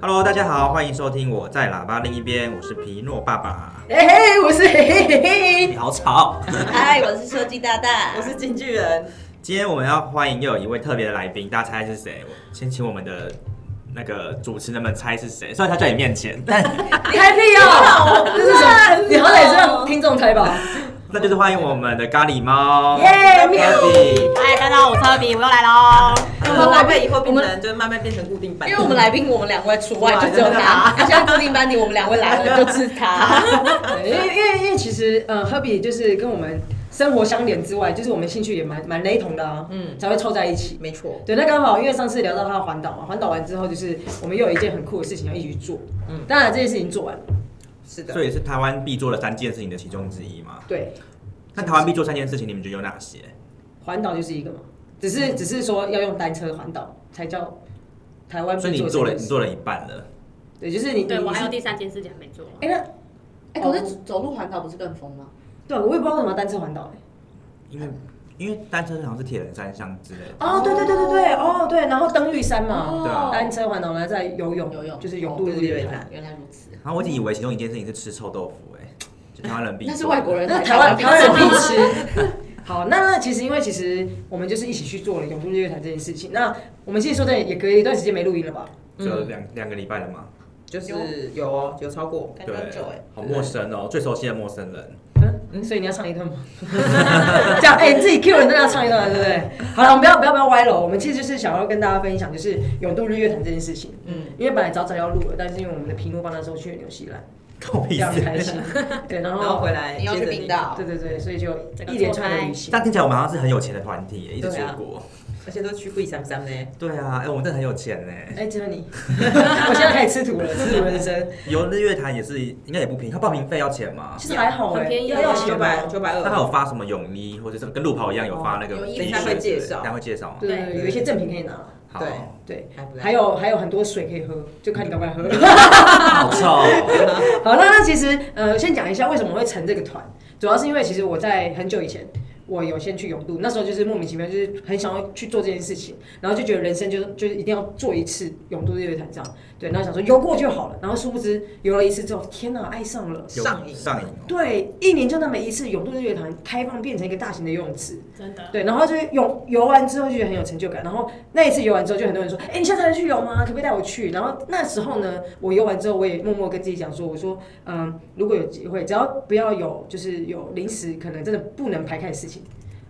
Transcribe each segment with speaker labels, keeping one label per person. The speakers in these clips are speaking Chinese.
Speaker 1: Hello，大家好，欢迎收听我在喇叭另一边，我是皮诺爸爸。
Speaker 2: 哎、我是嘿嘿嘿，
Speaker 1: 你好吵！
Speaker 3: 嗨，我是设计大大，
Speaker 2: 我是京剧人，
Speaker 1: 今天我们要欢迎又有一位特别的来宾，大家猜是谁？我先请我们的那个主持人们猜是谁。虽然他在你面前，但
Speaker 2: 你还屁哦、这是什么？你好歹是让听众猜吧。
Speaker 1: 那就是欢迎我们的咖喱猫。
Speaker 2: 耶喵
Speaker 1: Happy
Speaker 3: 嗨，大家好，我是二比，我又来喽。
Speaker 4: 因为来宾以后变成就是慢慢变成固定 版，
Speaker 2: 因为我们来宾，我们两位除外
Speaker 4: 哇
Speaker 2: 就只有
Speaker 4: 真的
Speaker 2: 他
Speaker 4: 啊，
Speaker 2: 他 像固定班底，我们两位来了就是他。
Speaker 5: 对因为因为因为其实呃，科比就是跟我们生活相连之外，就是我们兴趣也蛮蛮雷同的啊，嗯，才会凑在一起。
Speaker 4: 没错，
Speaker 5: 对，那刚好因为上次聊到他的环岛嘛，环岛完之后就是我们又有一件很酷的事情要一起去做，嗯，当然这件事情做完了，
Speaker 4: 是
Speaker 1: 所
Speaker 4: 的，
Speaker 1: 以是台湾必做的三件事情的其中之一嘛？
Speaker 5: 对，
Speaker 1: 那台湾必做三件事情，你们觉得有哪些？
Speaker 5: 环岛就是一个嘛，只
Speaker 1: 嗯
Speaker 5: 是只是说要用单车环岛才叫台湾
Speaker 1: 所
Speaker 5: 必
Speaker 1: 以你
Speaker 5: 的
Speaker 1: 做了，
Speaker 5: 事
Speaker 1: 你
Speaker 5: 情
Speaker 1: 做了一半了。
Speaker 5: 对，就是你
Speaker 6: 对
Speaker 5: 你
Speaker 6: 我
Speaker 5: 你
Speaker 6: 还
Speaker 5: 是
Speaker 6: 有第三件事情还没做。
Speaker 5: 哎那
Speaker 2: 哎、可是走路环岛不是更疯吗？
Speaker 5: 对我也不知道为什么要单车环岛欸
Speaker 1: 因为因为单车好像是铁人三项之类的，
Speaker 5: 哦，对对对对对，哦对，然后登玉山嘛，
Speaker 1: 对啊
Speaker 5: 单车环岛，然后再游泳，
Speaker 2: 游泳
Speaker 5: 就是泳
Speaker 2: 哦
Speaker 5: 渡
Speaker 2: 对
Speaker 5: 日
Speaker 2: 对
Speaker 5: 月
Speaker 2: 对
Speaker 5: 潭。
Speaker 2: 原来如此。
Speaker 3: 啊
Speaker 1: 然后我一直以为其中一件事情是吃臭豆腐、哎，就台湾人必做
Speaker 2: 那是外国人，
Speaker 5: 那台湾台湾人
Speaker 2: 必
Speaker 5: 必吃。 好，那那其实因为其实我们就是一起去做了永驻日月潭这件事情。那我们其实说真的也隔一段时间没录音了吧？
Speaker 1: 就
Speaker 4: 嗯
Speaker 1: 两两个礼拜了嘛，
Speaker 4: 就是有哦，有超过，
Speaker 2: 刚刚走
Speaker 4: 欸
Speaker 2: 哎，
Speaker 1: 好陌生哦，最熟悉的陌生人。
Speaker 5: 嗯，所以你要唱一段吗？ 这样，哎、你自己 Q 人真的要唱一段了，对不对？好了，我们不要不要不要歪了哦，我们其实就是想要跟大家分享，就是永渡日月潭这件事情。嗯
Speaker 4: 嗯，
Speaker 5: 因为本来早早要录了，但是因为我们的皮诺帮那时候去了纽西兰，
Speaker 1: 够
Speaker 5: 非
Speaker 1: 意
Speaker 5: 常开
Speaker 1: 思。
Speaker 5: 心。对，然
Speaker 4: 然后
Speaker 5: 后
Speaker 4: 回来
Speaker 2: 你要去
Speaker 4: 接着
Speaker 2: 冰岛，
Speaker 5: 对对对，所以就
Speaker 6: 这个
Speaker 5: 一连串的旅行。
Speaker 1: 但听起来我们好像是很有钱的团体耶，一直出
Speaker 4: 对啊
Speaker 1: 国。
Speaker 4: 而且都去贵三三呢，
Speaker 1: 对啊，哎、我们真的很有钱呢。
Speaker 5: 哎，只有你， 我现在开始吃土了，吃土人生。
Speaker 1: 游日月潭也是，应该也不便宜，它报名费要钱嘛。
Speaker 5: 其实还好哎、
Speaker 6: 很便宜
Speaker 5: 要要
Speaker 4: 九
Speaker 5: 钱
Speaker 4: 百
Speaker 5: 吧？
Speaker 4: 九百
Speaker 1: 那他
Speaker 4: 二，
Speaker 1: 有发什么泳衣，或者是跟路跑一样有发那个
Speaker 4: 哦
Speaker 2: 有衣服等一
Speaker 1: 水？等
Speaker 2: 下
Speaker 4: 会介绍
Speaker 1: 等一下会介绍。
Speaker 5: 对对对，有一些赠品可以拿。
Speaker 1: 好，
Speaker 4: 对
Speaker 5: 对，
Speaker 4: 还不赖
Speaker 5: 还有还有很多水可以喝，就看你敢不敢喝。
Speaker 1: 好臭 哦。
Speaker 5: 好，那那其实呃，先讲一下为什么会成这个团，主要是因为其实我在很久以前。我有先去永渡，那时候就是莫名其妙，就是很想要去做这件事情，然后就觉得人生就是就是一定要做一次永渡日月潭这样，对，然后想说游过就好了，然后殊不知游了一次之后，天哪，爱上了，
Speaker 1: 有
Speaker 4: 上瘾
Speaker 1: 上瘾哦。
Speaker 5: 对，一年就那么一次永渡日月潭开放变成一个大型的游泳池，
Speaker 6: 真的，
Speaker 5: 对，然后就是游游完之后就觉得很有成就感，然后那一次游完之后，就很多人说，哎、你下次还去游吗？可不可以带我去？然后那时候呢，我游完之后，我也默默跟自己讲说，我说，嗯，如果有机会，只要不要有就是有临时可能真的不能排开的事情，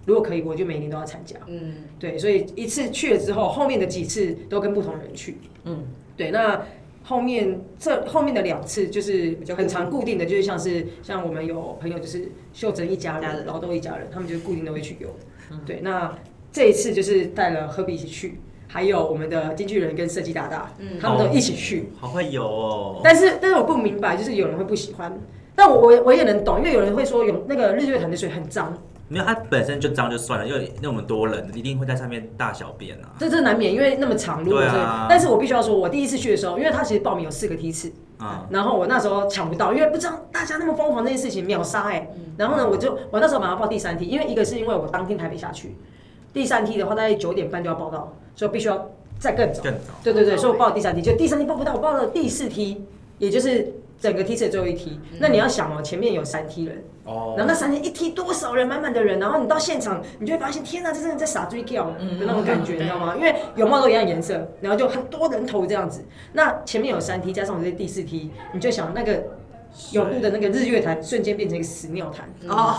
Speaker 5: 如果可以，我就每年都要参加。
Speaker 2: 嗯，
Speaker 5: 对，所以一次去了之后，后面的几次都跟不同人去。嗯
Speaker 4: 嗯，
Speaker 5: 对，那。后面这后面的两次就是
Speaker 4: 比较固
Speaker 5: 很
Speaker 4: 定
Speaker 5: 常固定的，就是像是像我们有朋友就是秀珍一家
Speaker 4: 家
Speaker 5: 人，
Speaker 4: 人嗯
Speaker 5: 然后都一家人，他们就是固定都会去游。对，那这一次就是带了科比一起去，还有我们的经纪人跟设计大大，
Speaker 4: 嗯
Speaker 5: 他们都一起去。
Speaker 1: 好会游哦。
Speaker 5: 但是但是我不明白，就是有人会不喜欢，但我我我也能懂，因为有人会说有那个日月潭的水很脏，
Speaker 1: 没有，它本身就脏就算了，因为因为我们多人，一定会在上面大小便啊。
Speaker 5: 这这难免，因为那么长路，
Speaker 1: 对啊
Speaker 5: 所以但是我必须要说，我第一次去的时候，因为他其实报名有四个梯次，
Speaker 1: 嗯，
Speaker 5: 然后我那时候抢不到，因为不知道大家那么疯狂这件事情秒杀哎、然后呢，我就我那时候把它报第三梯，因为一个是因为我当天台北下去，第三梯的话大概九点半就要报到，所以必须要再更早。
Speaker 1: 更早。
Speaker 5: 对对对，所以我报了第三梯，就第三梯报不到，我报了第四梯，也就是整个梯次的最后一梯。那你要想哦，前面有三梯人，
Speaker 1: 哦
Speaker 5: 然后那三天一踢多少人，满满的人，然后你到现场，你就会发现，天哪，这真的在傻追跳的那种感觉，你知道吗？因为泳帽都一样颜色，然后就很多人头这样子。那前面有三梯，加上我这第四梯，你就想那个泳路的那个日月潭瞬间变成一个死尿潭。
Speaker 4: 哦，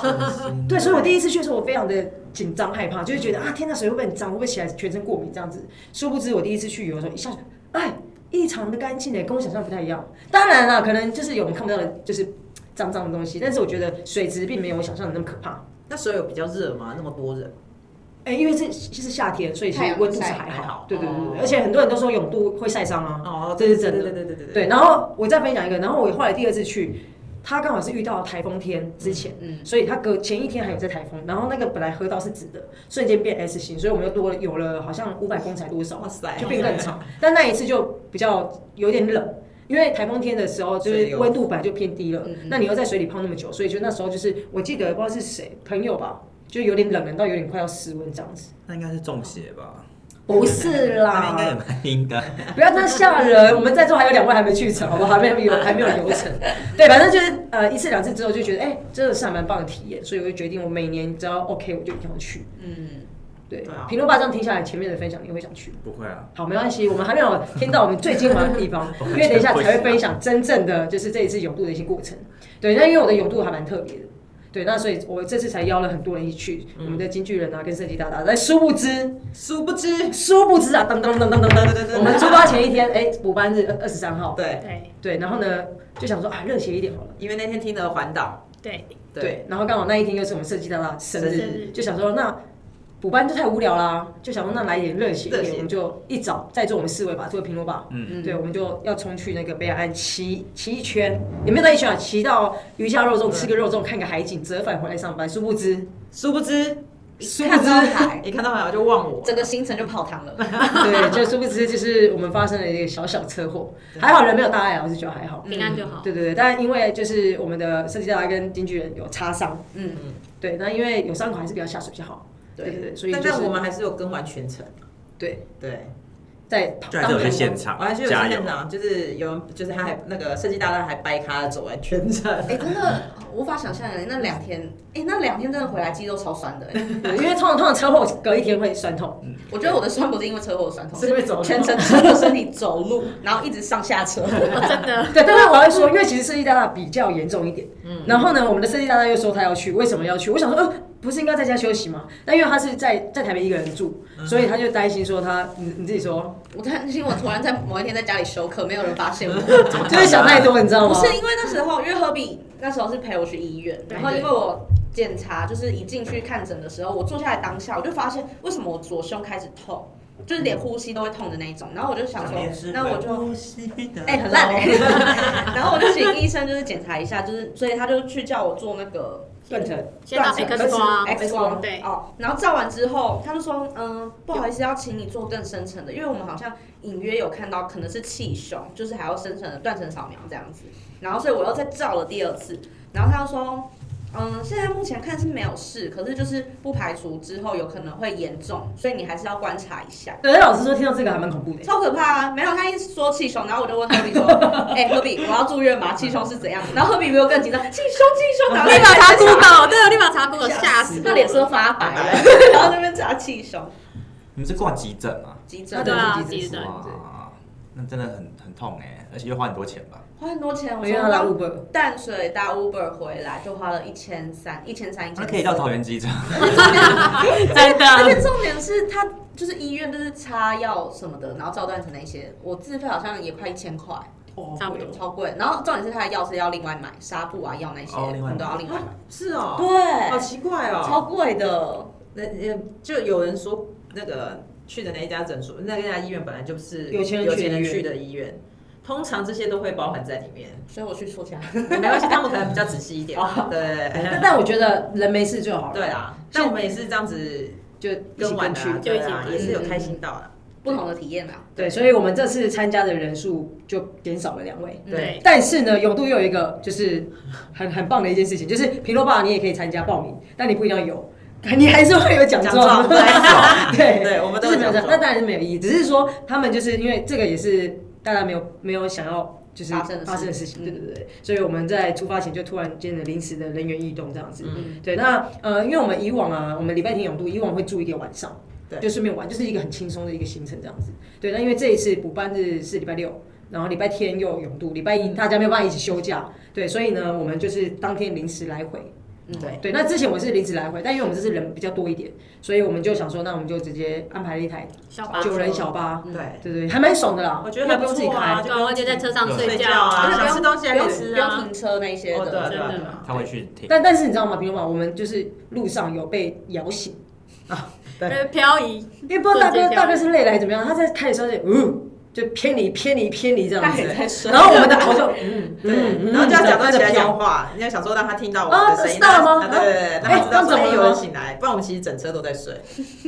Speaker 5: 对，所以我第一次去的时候，我非常的紧张害怕，就是觉得啊，天哪，水会不会很脏，会不会起来全身过敏这样子？殊不知我第一次去游的时候，一下，哎，异常的干净欸诶，跟我想象不太一样。当然啦，可能就是有我们看不到的，就是脏脏的东西，但是我觉得水质并没有我想象的那么可怕。
Speaker 4: 那时候有比较热吗？那么多人，
Speaker 5: 哎、因为是是夏天，所以其
Speaker 2: 太
Speaker 5: 实
Speaker 2: 阳
Speaker 5: 温度是
Speaker 2: 晒
Speaker 5: 还
Speaker 4: 还
Speaker 5: 好
Speaker 4: 好。
Speaker 5: 对对对对，
Speaker 4: 哦
Speaker 5: 而且很多人都说泳度会晒伤啊。
Speaker 4: 哦
Speaker 5: 这是真的
Speaker 4: 对对对对对对，
Speaker 5: 对，然后我再分享一个，然后我后来第二次去，他刚好是遇到台风天之前，
Speaker 2: 嗯
Speaker 5: 所以他隔前一天还有在台风，然后那个本来河道是直的，瞬间变 S 型，所以我们又多了有了好像五百公尺还多少
Speaker 4: 哇，塞，
Speaker 5: 就变更长。但那一次就比较有点冷。因为台风天的时候，就
Speaker 4: 水
Speaker 5: 是
Speaker 4: 流
Speaker 5: 温度本来就偏低了
Speaker 2: 嗯嗯，
Speaker 5: 那你又在水里泡那么久，所以就那时候就是，我记得不知道是谁朋友吧，就有点冷冷到有点快要失温这样子。
Speaker 1: 那应该是中邪吧？
Speaker 5: 不是
Speaker 1: 那边应该也
Speaker 5: 啦，
Speaker 1: 蛮阴的。
Speaker 5: 不要这样吓人。我们在座还有两位还没去成，好不好？还没有还没有游程。对，反正就是呃一次两次之后就觉得，哎、真的是还蛮棒的体验，所以我就决定我每年只要 OK 我就一定要去。
Speaker 3: 嗯，
Speaker 5: 对
Speaker 4: 对啊，
Speaker 5: 平头爸这样听下来，前面的分享你会想去吗？
Speaker 1: 不会啊，
Speaker 5: 好，没关系，我们还没有听到我们最精华的地方，因为等一下才会分享真正的就是这一次泳渡的一些过程。对，那因为我的泳渡还蛮特别的，对，那所以我这次才邀了很多人一起去，我们的京剧人啊跟设计大大，但殊不知，
Speaker 4: 殊不知，
Speaker 5: 殊不知啊，当当当当当当当当，我们出发前一天，哎、补班日二十三号，
Speaker 4: 对，
Speaker 3: 对
Speaker 5: 对，然后呢就想说啊热血一点好了。
Speaker 4: 因为那天听了环岛，
Speaker 3: 对，
Speaker 4: 对，
Speaker 5: 对，然后刚好那一天又是我们设计大大生
Speaker 4: 生
Speaker 5: 日
Speaker 3: 日，
Speaker 5: 就想说那补班就太无聊啦，就想说那来一点热血一
Speaker 4: 热
Speaker 5: 点，
Speaker 4: 血
Speaker 5: 我们就一早再做我们四位吧，做平罗吧，
Speaker 4: 嗯
Speaker 5: 对，我们就要冲去那个北海岸骑骑一圈，也没有到一圈啊，骑到鱼虾肉粽，吃个肉粽，看个海景，折返回来上班。殊不知，
Speaker 4: 殊不知，
Speaker 5: 殊不
Speaker 3: 看
Speaker 5: 知
Speaker 3: 到，海，
Speaker 4: 一看到环岛就忘我，
Speaker 3: 整个行程就 泡汤了，
Speaker 5: 对，就殊不知就是我们发生了一个小小车祸，还好人没有大碍啊，我是觉得还好。
Speaker 3: 平安就好。
Speaker 5: 对对对，但因为就是我们的设计大跟经纪人有擦伤，
Speaker 3: 嗯，
Speaker 5: 对，那因为有伤口还是比较下水比较好。对对对，所以
Speaker 4: 但
Speaker 5: 就
Speaker 4: 但
Speaker 5: 是
Speaker 4: 我们还是有跟完全程，
Speaker 5: 对
Speaker 4: 对，
Speaker 5: 在
Speaker 1: 就
Speaker 5: 旁
Speaker 1: 还是有在
Speaker 5: 当
Speaker 1: 现场
Speaker 4: 我还是有
Speaker 1: 加
Speaker 4: 在
Speaker 1: 油
Speaker 4: 现。场，就是有人，就是他还那个设计大大还掰咖走完全程，
Speaker 3: 哎，真的无法想象那两天，哎，那两天真的回来肌肉超酸的。 哎
Speaker 5: 对因为通常通常车祸隔一天会酸痛，
Speaker 3: 我觉得我的酸不是因为车祸的酸痛，
Speaker 4: 是因为走路
Speaker 3: 全程整个身体走路，然后一直上下 车，哦真的。
Speaker 5: 对，但是我要说，因为其实设计大大比较严重一点，然后呢，我们的设计大大又说他要去，为什么要去？我想说，呃，不是应该在家休息吗？但因为他是在在台北一个人住，所以他就担心说他，你你自己说，
Speaker 3: 我担心我突然在某一天在家里休克，没有人发现我。
Speaker 5: 就是想太多，你知道
Speaker 3: 不
Speaker 5: 吗？
Speaker 3: 是因为那时候，因为何比那时候是陪我去医院，然后因为我检查，就是一进去看诊的时候，我坐下来当下，我就发现为什么我左胸开始痛，就是连呼吸都会痛的那一种。然后我就想说，
Speaker 1: 嗯
Speaker 3: 那我 就哎、很烂 哎、然后我就请医生就是检查一下，就是所以他就去叫我做那个
Speaker 5: 断层，
Speaker 6: 先打
Speaker 3: 断层
Speaker 6: X
Speaker 4: 啊
Speaker 6: 光
Speaker 3: X 光
Speaker 6: 对，
Speaker 3: 哦，然后照完之后，他就说，嗯，不好意思，要请你做更深层的，因为我们好像隐约有看到可能是气胸，就是还要深层的断层扫描这样子。然后所以我又再照了第二次，然后他就说，嗯，现在目前看是没有事，可是就是不排除之后有可能会严重，所以你还是要观察一下。
Speaker 5: 对，但老师说听到这个还蛮恐怖的，
Speaker 3: 超可怕啊！没有，他一说气胸，然后我就问何比说：“哎、何比，我要住院吗？气胸是怎样？”然后何比比我更紧张，气胸，气胸，然后
Speaker 6: 立马查 Google，对，我立马查 Google，吓死
Speaker 3: 他
Speaker 6: 我！哎
Speaker 3: 脸色发白了， 然后在那边查气胸、
Speaker 1: 你们是挂急诊吗？
Speaker 3: 急诊
Speaker 5: 那，
Speaker 6: 对啊
Speaker 5: 等
Speaker 4: 哎
Speaker 5: 于
Speaker 6: 急诊
Speaker 1: 哇，那真的很很痛哎，而且又花很多钱吧？
Speaker 3: 花很多钱。我
Speaker 5: 因为他来
Speaker 3: 说
Speaker 5: Uber，
Speaker 3: 淡水搭 Uber 回来就花了一千三，一千三，一千
Speaker 1: 那可以到桃园机场，
Speaker 6: 真
Speaker 3: 而且
Speaker 6: 的，
Speaker 3: 重点是他就是医院就是擦药什么的，然后照断层那些，我自费好像也快一千块，哦
Speaker 6: 差不多。
Speaker 3: 超贵。然后重点是他的药是要另外买，纱布啊药那些，
Speaker 1: 哦另
Speaker 3: 我
Speaker 1: 外买啊
Speaker 3: 们都要另外买。
Speaker 4: 是哦，好
Speaker 3: 对，
Speaker 4: 奇怪哦，
Speaker 3: 超贵的。
Speaker 4: 那呃，就有人说那个去的那一家诊所，那家医院本来就是
Speaker 5: 有钱人去的
Speaker 4: 有
Speaker 5: 医
Speaker 4: 钱人
Speaker 5: 院
Speaker 4: 去的医院，通常这些都会包含在里面。
Speaker 3: 所以我去说家，
Speaker 4: 没关系，他们可能比较仔细一点。对
Speaker 5: 但但我觉得人没事就好了，
Speaker 4: 对啦，但我们也是这样子
Speaker 5: 就一起
Speaker 4: 跟
Speaker 5: 跟
Speaker 4: 完的
Speaker 5: 去
Speaker 4: 啊，，对啊，
Speaker 6: 就一
Speaker 4: 也
Speaker 6: 起跟
Speaker 4: 是有开心到啦。
Speaker 3: 不同的体验啊。
Speaker 5: 对，所以我们这次参加的人数就减少了两位。
Speaker 3: 嗯
Speaker 4: 对
Speaker 6: 对，
Speaker 5: 但是呢，永度又有一个就是很很棒的一件事情，就是平罗爸你也可以参加报名，但你不一定要有，你还是会有奖
Speaker 4: 奖
Speaker 5: 状。
Speaker 4: 状，对
Speaker 5: 对
Speaker 4: 对，我们都
Speaker 5: 就是
Speaker 4: 有
Speaker 5: 没有
Speaker 4: 奖
Speaker 5: 这样那
Speaker 4: 状。
Speaker 5: 当然是没有意义，只是说他们就是因为这个也是大家没有没有想要就是
Speaker 3: 发生的事
Speaker 5: 发生的事情，
Speaker 3: 嗯
Speaker 5: 对对对，所以我们在出发前就突然间的临时的人员异动这样子，
Speaker 3: 嗯
Speaker 5: 对，那呃，因为我们以往啊，我们礼拜天永渡以往会住一个晚上，
Speaker 4: 对
Speaker 5: 就顺便玩，就是一个很轻松的一个行程这样子，对，那因为这一次补班日是礼拜六。然后礼拜天又永渡，礼拜一大家没有办法一起休假，对，所以呢，我们就是当天临时来回，
Speaker 3: 嗯，
Speaker 4: 对
Speaker 5: 对，那之前我是临时来回，但因为我们这次人比较多一点，所以我们就想说，那我们就直接安排了一台
Speaker 6: 小巴
Speaker 5: 九人小巴，
Speaker 3: 嗯
Speaker 4: 对，
Speaker 5: 对对，还蛮爽的啦，
Speaker 4: 我觉得还
Speaker 5: 因为
Speaker 4: 不
Speaker 5: 用自己
Speaker 4: 错啊
Speaker 5: 开。
Speaker 6: 对，而且在车上睡觉
Speaker 4: 睡觉啊
Speaker 6: 啊，
Speaker 4: 想吃东西还可以吃
Speaker 3: 不
Speaker 6: 啊
Speaker 3: 用停车那些
Speaker 4: 哦对啊
Speaker 3: 的。
Speaker 4: 对啊
Speaker 6: 真
Speaker 4: 对
Speaker 6: 的
Speaker 4: 啊，
Speaker 1: 他会去 听。
Speaker 5: 但但是你知道吗，比如嘛，我们就是路上有被摇醒，
Speaker 6: 呃，漂移，
Speaker 5: 因为不知道大
Speaker 6: 瞬
Speaker 5: 哥
Speaker 6: 间
Speaker 5: 大哥是累了还是怎么样，他在开的时候就嗯，就偏离偏离偏离这样
Speaker 3: 大
Speaker 5: 子
Speaker 3: 家，也在睡，
Speaker 5: 然后我们的 头就嗯嗯，
Speaker 4: 对，
Speaker 5: 嗯
Speaker 4: 然后就要假装起来。
Speaker 5: 这样
Speaker 4: 讲话，你要想说让他听到我
Speaker 5: 啊
Speaker 4: 们的声音，
Speaker 5: 知道了吗
Speaker 4: 让他对对对，让他知道
Speaker 5: 哎
Speaker 4: 说
Speaker 5: 那怎么
Speaker 4: 哎
Speaker 5: 了
Speaker 4: 有人醒来，不然我们其实整车都在睡。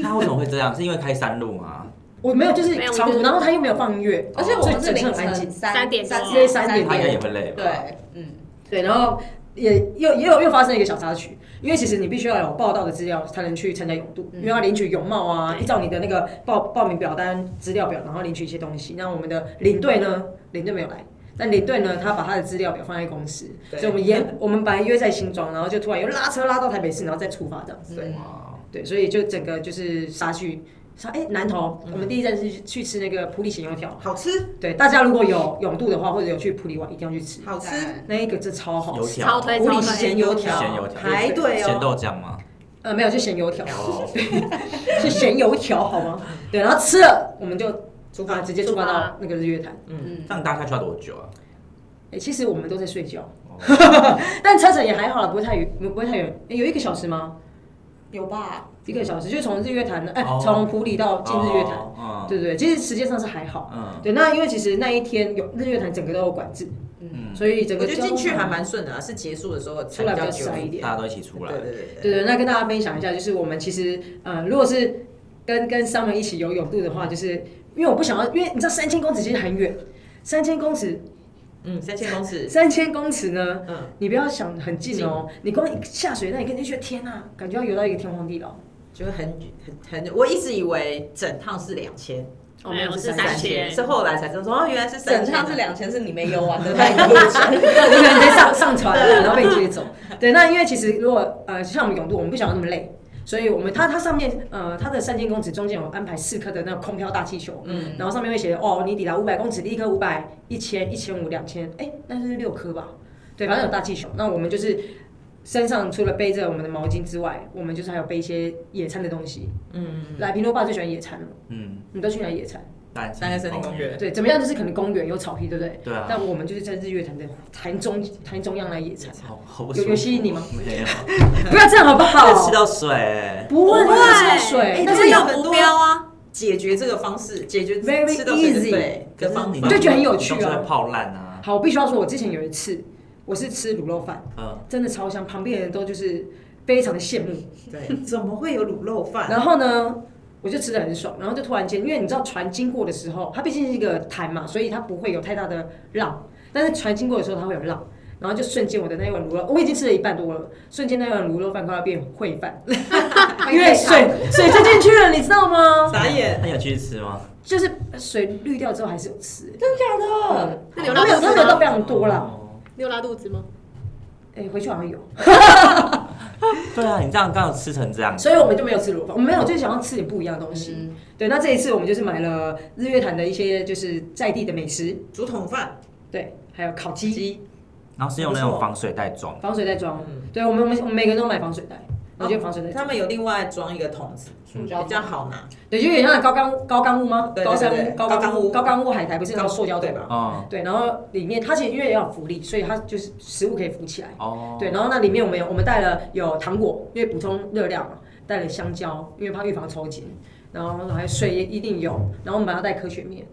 Speaker 1: 他为什么会这样？是因为开山路吗？
Speaker 5: 我没有，就是
Speaker 6: 没有
Speaker 5: 长
Speaker 6: 我
Speaker 5: 途，
Speaker 6: 就
Speaker 5: 然后他又没有放音乐，哦
Speaker 3: 而且我
Speaker 5: 所
Speaker 3: 们是
Speaker 5: 以整
Speaker 3: 凌
Speaker 5: 车很安静
Speaker 3: 晨三
Speaker 6: 三点多
Speaker 5: 直接三点
Speaker 1: 他应该也
Speaker 3: 点，
Speaker 1: 会累吧？
Speaker 3: 对，嗯，
Speaker 5: 对，然后也又也有又发生一个小插曲，因为其实你必须要有报道的资料才能去参加泳渡，
Speaker 4: 嗯
Speaker 5: 因为要领取泳帽啊，依照你的那个报报名表单资料表，然后领取一些东西。那我们的领队呢，领队没有来，但领队呢，他把他的资料表放在公司，
Speaker 4: 对
Speaker 5: 所以我们延我们本来约在新庄，然后就突然又拉车拉到台北市，然后再出发这样子。
Speaker 4: 对
Speaker 3: 嗯
Speaker 1: 哇，
Speaker 5: 对，所以就整个就是杀去杀哎、南投，
Speaker 4: 嗯
Speaker 5: 我们第一站是去去吃那个普里咸油条。
Speaker 4: 好吃，
Speaker 5: 对，大家如果有泳渡的话，或者有去普里玩，一定要去吃，
Speaker 4: 好吃，
Speaker 5: 那一个真超好
Speaker 1: 油
Speaker 5: 吃。
Speaker 1: 条
Speaker 6: 超推
Speaker 5: 普
Speaker 6: 超
Speaker 5: 里
Speaker 6: 推
Speaker 5: 咸，油条，
Speaker 1: 咸油条
Speaker 4: 排队
Speaker 1: 咸
Speaker 4: 哦，
Speaker 1: 豆浆吗？
Speaker 5: 呃，没有，就咸油条，
Speaker 1: 哦，
Speaker 5: 是咸油条，好 吗？对，然后吃了，我们就
Speaker 4: 出
Speaker 5: 啊
Speaker 4: 发
Speaker 5: 直接出发到那个日月潭。
Speaker 3: 嗯，
Speaker 1: 这样大概需要多久啊？
Speaker 5: 哎、其实我们都在睡觉，
Speaker 1: 哦
Speaker 5: 但车程也还好了，不会太远，不会太远、诶有一个小时吗？
Speaker 3: 有吧？
Speaker 5: 一个小时，就是从日月潭的，哎、
Speaker 1: 哦
Speaker 5: 从、普里到进日月潭，
Speaker 1: 哦
Speaker 5: 对对对，其实时间上是还好。
Speaker 1: 嗯
Speaker 5: 对，那因为其实那一天有日月潭整个都有管制，
Speaker 1: 嗯
Speaker 5: 所以整
Speaker 4: 我
Speaker 5: 个
Speaker 4: 觉
Speaker 5: 交
Speaker 4: 得
Speaker 5: 通
Speaker 4: 进去还蛮顺的啊，是结束的时候才
Speaker 5: 出来
Speaker 4: 比
Speaker 5: 比
Speaker 4: 较
Speaker 5: 较
Speaker 4: 久
Speaker 5: 塞一
Speaker 4: 一点。
Speaker 5: 点
Speaker 1: 大。家都一起出来
Speaker 4: 对，对对
Speaker 5: 对对，那跟大家分享一下，就是我们其实呃，如果是跟跟 Summer 一起游泳渡的话，就是因为我不想要，因为你知道三千公尺其实很远，三千公尺，
Speaker 4: 嗯，三千公尺，
Speaker 5: 三千公尺呢，
Speaker 4: 嗯，
Speaker 5: 你不要想很近哦，你光一下水那一刻你就觉得天呐、感觉要游到一个天荒地老。
Speaker 4: 就会很很很，我一直以为整趟是两千，
Speaker 5: 哦
Speaker 6: 没有是
Speaker 5: 3000
Speaker 6: 3000
Speaker 4: 是后来才知道说哦，原来是
Speaker 3: 整
Speaker 4: 三千啊
Speaker 3: 趟是两千，是你没游完的那一路程。
Speaker 5: 你可能被上上船了，然后被接走。对，那因为其实如果呃像我们泳渡，我们不想要那么累，所以我们它它上面呃它的三千公尺中间有安排四颗的那个空飘大气球，嗯，然后上面会写哦你抵达五百公尺，第一颗五百、一千、一千五、两千，哎，那是六颗吧？对，反正有大气球。那我们就是。身上除了背着我们的毛巾之外，我们就是还有背一些野餐的东西。嗯，来平头爸最喜欢野餐了，
Speaker 1: 嗯，
Speaker 5: 你都去哪里野餐？
Speaker 1: 大
Speaker 4: 三个森林公园，
Speaker 5: 对，怎么样？就是可能公园有草皮，对不对？
Speaker 1: 对啊，
Speaker 5: 但我们就是在日月潭的潭中潭中央来野餐。
Speaker 1: 好好不
Speaker 5: 有
Speaker 1: 舒服
Speaker 5: 有吸引你吗？
Speaker 1: 没有，
Speaker 5: 不要这样好不好？
Speaker 1: 吃到水，哎
Speaker 5: 不会，哎
Speaker 6: 不
Speaker 5: 不
Speaker 6: 会
Speaker 5: 会吃到水，但
Speaker 6: 但
Speaker 5: 是
Speaker 6: 是
Speaker 5: 有
Speaker 6: 有浮标啊，
Speaker 4: 解决这个方式，解决
Speaker 5: Very
Speaker 4: 吃到水的
Speaker 5: easy
Speaker 4: 对的方
Speaker 1: 你
Speaker 4: 法
Speaker 5: 就，觉得很有趣啊
Speaker 1: 你东西会泡烂啊，
Speaker 5: 好，我必须要说，我之前有一次，我是吃卤肉饭，
Speaker 1: 嗯，
Speaker 5: 真的超香，旁边的人都就是非常的羡慕。
Speaker 4: 对，怎么会有卤肉饭？
Speaker 5: 然后呢，我就吃的很爽，然后就突然间，因为你知道船经过的时候，它毕竟是一个潭嘛，所以它不会有太大的浪，但是船经过的时候它会有浪。然后就瞬间我的那一碗卤肉，我已经吃了一半多了，瞬间那一碗卤肉饭快要变烩饭， 因为水水就进去了，你知道吗？
Speaker 4: 傻眼，
Speaker 1: 那你有去吃吗？
Speaker 5: 就是水滤掉之后还是有吃、
Speaker 3: 真假的？
Speaker 5: 它
Speaker 6: 那流
Speaker 5: 没有
Speaker 6: 浪
Speaker 5: 它
Speaker 6: 肚
Speaker 5: 流
Speaker 6: 子
Speaker 5: 到
Speaker 6: 吗？
Speaker 5: 非常多啦。
Speaker 1: 哦。
Speaker 6: 你有拉肚子吗？
Speaker 5: 哎、回去好像有，
Speaker 1: 对啊，你这样刚好吃成这样，
Speaker 5: 所以我们就没有吃卤肉饭，我们没有，就是想要吃点不一样的东西。
Speaker 3: 嗯
Speaker 5: 对，那这一次我们就是买了日月潭的一些就是在地的美食，
Speaker 4: 竹筒饭，
Speaker 5: 对，还有烤鸡、
Speaker 4: 鸡，
Speaker 1: 然后是用那种防水袋装，
Speaker 5: 防水袋装。
Speaker 4: 嗯，哦
Speaker 5: 对，我们我们我们每个人都买防水袋，我觉得防水袋
Speaker 4: 他
Speaker 5: 装，
Speaker 4: 们有另外装一个桶子，
Speaker 3: 塑胶
Speaker 4: 比较好拿，
Speaker 5: 对，就有点像高冈高冈屋吗？
Speaker 4: 对对
Speaker 5: 高山
Speaker 4: 对
Speaker 5: 屋、
Speaker 4: 对
Speaker 5: 高
Speaker 4: 高
Speaker 5: 冈
Speaker 4: 冈
Speaker 5: 屋、
Speaker 4: 屋
Speaker 5: 高冈屋海苔不是那种塑胶对吧？
Speaker 1: 嗯，
Speaker 5: 对，然后里面它其实因为要有浮力，所以它就是食物可以浮起来。
Speaker 1: 哦，
Speaker 5: 对，然后那里面我们有我们带了有糖果，因为补充热量嘛，带了香蕉，因为怕预防抽筋，然后还有水一定有，然后我们把它带科学面，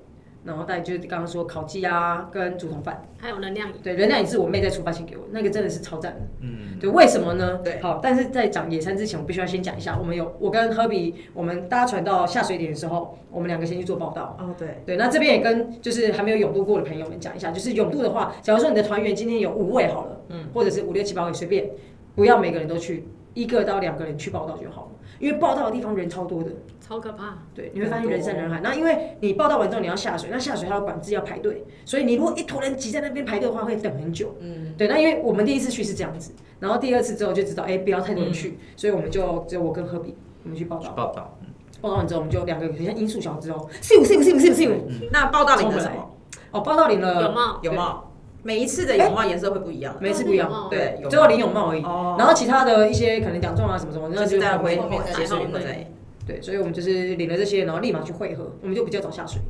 Speaker 5: 然后带就是刚刚说烤鸡啊跟竹筒饭，
Speaker 6: 还有能量饮，
Speaker 5: 对，人家也是我妹在出发前给我，那个真的是超赞的。
Speaker 1: 嗯，
Speaker 5: 对，为什么呢？
Speaker 4: 对
Speaker 5: 好，但是在讲野餐之前，我必须要先讲一下，我们有我跟科比，我们搭船到下水点的时候，我们两个先去做报道。
Speaker 4: 哦对，
Speaker 5: 对，那这边也跟就是还没有泳渡过的朋友们讲一下，就是泳渡的话，假如说你的团员今天有五位好了，嗯，或者是五六七八位随便，不要每个人都去，一个到两个人去报道就好了，因为报道的地方人超多的，
Speaker 6: 超可怕。
Speaker 5: 对，你会发现
Speaker 4: 很多
Speaker 5: 人山人海。那因为你报道完之后你要下水，那下水还有管制要排队，所以你如果一坨人挤在那边排队的话，会等很久。
Speaker 3: 嗯，
Speaker 5: 对，那因为我们第一次去是这样子，然后第二次之后就知道，哎、不要太多人去，所以我们就只有我跟科比，我们去报
Speaker 1: 去
Speaker 5: 道。
Speaker 1: 报道，
Speaker 5: 报道完之后，我们就两个很像音速小子哦，咻咻咻咻咻，
Speaker 4: 那报道领的什么？
Speaker 5: 哦，报道领
Speaker 6: 有
Speaker 5: 了，
Speaker 6: 吗？
Speaker 4: 泳帽，每一次的泳帽颜色会不一样，
Speaker 5: 每次不一
Speaker 6: 有
Speaker 5: 样，
Speaker 6: 帽
Speaker 4: 对，泳
Speaker 5: 最后领泳帽而已。
Speaker 4: 哦
Speaker 5: 然后其他的一些可能奖状啊什么什么，那
Speaker 4: 就是在回
Speaker 3: 后面再
Speaker 4: 结束以后
Speaker 6: 对
Speaker 4: 再
Speaker 5: 对，所以我们就是领了这些，然后立马去汇合，我们就比较早下水，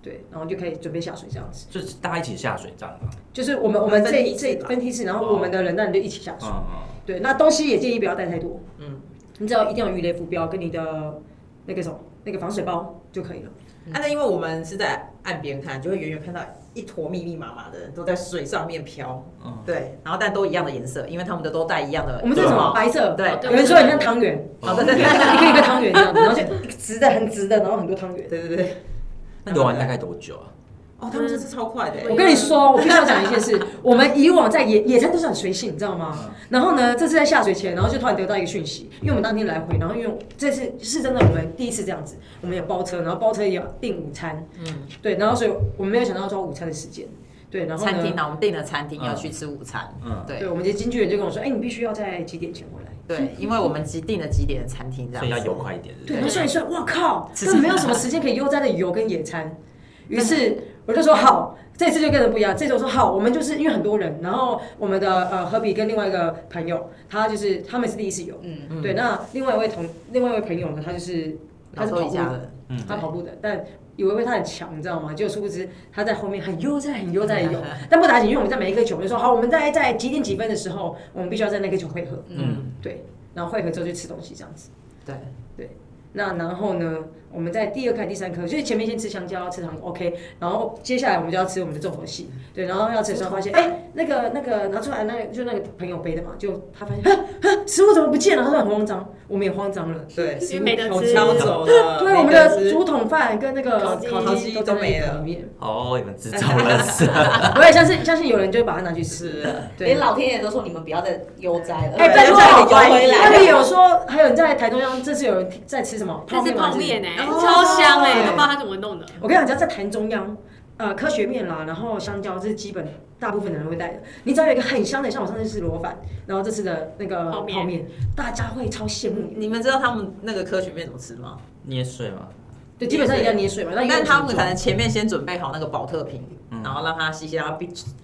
Speaker 5: 对，然后就可以准备下水这样子。
Speaker 1: 就是大家一起下水这样吧，
Speaker 5: 就是我们我们
Speaker 4: 分
Speaker 5: 这
Speaker 4: 梯次
Speaker 5: 这
Speaker 4: 吧哦
Speaker 5: 分梯次，然后我们的人那你就一起下水。
Speaker 1: 嗯嗯。
Speaker 5: 对，那东西也建议不要带太多，
Speaker 4: 嗯
Speaker 5: 嗯，你只要一定要鱼雷浮标跟你的那个什么那个防水包就可以了。
Speaker 4: 啊，那因为我们是在岸边看，就会远远看到一坨密密麻麻的人都在水上面飘，
Speaker 1: 嗯
Speaker 4: 对，然后但都一样的颜色，因为他们的都带一样的。
Speaker 5: 我们这是什么
Speaker 4: 对
Speaker 5: 白色？
Speaker 4: 哦对
Speaker 5: 有人说很像汤圆，
Speaker 4: 哦 对对对
Speaker 5: 一个一个汤圆这样子，然后就直的很直的，然后很多汤圆。
Speaker 4: 对对对，
Speaker 1: 那游玩大概多久啊？
Speaker 4: 哦，他们这次超快的欸，
Speaker 5: 我跟你说，我必须要讲一 件事。我们以往在野野餐都是很随性，你知道吗？
Speaker 7: 嗯
Speaker 5: 然后呢，这次在下水前，然后就突然得到一个讯息，因为我们当天来回，然后因为这次是真的，我们第一次这样子，我们也包车，然后包车也要订午餐，嗯，对，然后所以我们没有想到抓午餐的时间，对，然后呢
Speaker 7: 餐厅呢，我们订了餐厅
Speaker 1: 嗯
Speaker 7: 要去吃午餐，
Speaker 1: 嗯
Speaker 7: 对
Speaker 5: 对，我们的经纪人就跟我说，哎、你必须要在几点前回来。
Speaker 7: 对，因为我们几订了几点的餐厅这
Speaker 1: 所以要
Speaker 7: 样子
Speaker 1: 游，快一点。对
Speaker 5: 对，然
Speaker 1: 不
Speaker 5: 后
Speaker 1: 对，
Speaker 5: 算一算，哇靠，根本没有什么时间可以悠哉的游跟野餐。于是我就说好，这次就跟人不一样。这次我说好，我们就是因为很多人，然后我们的呃何比跟另外一个朋友，他就是他们是第一次游，
Speaker 3: 嗯，
Speaker 5: 对。那另外一位同另外一位朋友呢，他就是
Speaker 7: 他
Speaker 5: 他是
Speaker 7: 说
Speaker 5: 跑
Speaker 7: 一
Speaker 5: 步
Speaker 7: 家
Speaker 5: 的，
Speaker 7: 人，
Speaker 1: 嗯
Speaker 5: 他跑步的，但以为他很强，你知道吗？结果殊不知他在后面很悠哉很悠哉的游，但不打紧，因为我们在每一个球，我们就说好，我们在在几点几分的时候，我们必须要在那个球汇合，
Speaker 1: 嗯，
Speaker 5: 对，然后汇合之后去吃东西这样子。
Speaker 7: 对，
Speaker 5: 那然后呢，我们在第二颗、第三颗，就是前面先吃香蕉、吃糖果，OK。然后接下来我们就要吃我们的重头戏，对。然后要吃的时候发现，哎、那个那个拿出来，那个就那个朋友背的嘛，就他发现，呵呵，食物怎么不见了？他说很慌张，我们也慌张了。
Speaker 4: 对，
Speaker 6: 因为没得吃，
Speaker 4: 飘走了，
Speaker 5: 对，我们
Speaker 4: 没得
Speaker 5: 的
Speaker 4: 吃
Speaker 5: 竹筒饭跟那个
Speaker 4: 烤鸡
Speaker 5: 都
Speaker 4: 都
Speaker 5: 在那
Speaker 4: 没
Speaker 5: 一
Speaker 4: 了
Speaker 5: 盒里面。
Speaker 1: 哦，你们制造了事。
Speaker 5: 我也相信，相信有人就把它拿去吃
Speaker 4: 是
Speaker 5: 了。对
Speaker 3: 连，老天爷都说你们不要再悠哉了，
Speaker 5: 哎，
Speaker 4: 对
Speaker 5: 拜托，
Speaker 4: 叫
Speaker 3: 再
Speaker 4: 你
Speaker 3: 游回
Speaker 5: 他们
Speaker 3: 来。
Speaker 5: 有说，还有你在台中央，这次有人在吃什么？
Speaker 6: 这是
Speaker 5: 吗
Speaker 6: 泡面哎，
Speaker 4: 哦
Speaker 6: 超香哎，都不知道他怎么弄的。
Speaker 5: 我跟你讲，只要在台中央，呃，科学面啦，然后香蕉，这是基本大部分的人会带的。你只要有一个很香的，像我上次吃螺粉，然后这次的那个
Speaker 6: 泡面
Speaker 5: 泡面，大家会超羡慕你。
Speaker 4: 你们知道他们那个科学面怎么吃吗？
Speaker 1: 捏碎 吗？
Speaker 5: 对，基本上一定要捏水嘛，那
Speaker 4: 但他们可
Speaker 5: 才
Speaker 4: 能前面先准备好那个保特瓶，
Speaker 1: 嗯
Speaker 4: 然后让它稀稀拉拉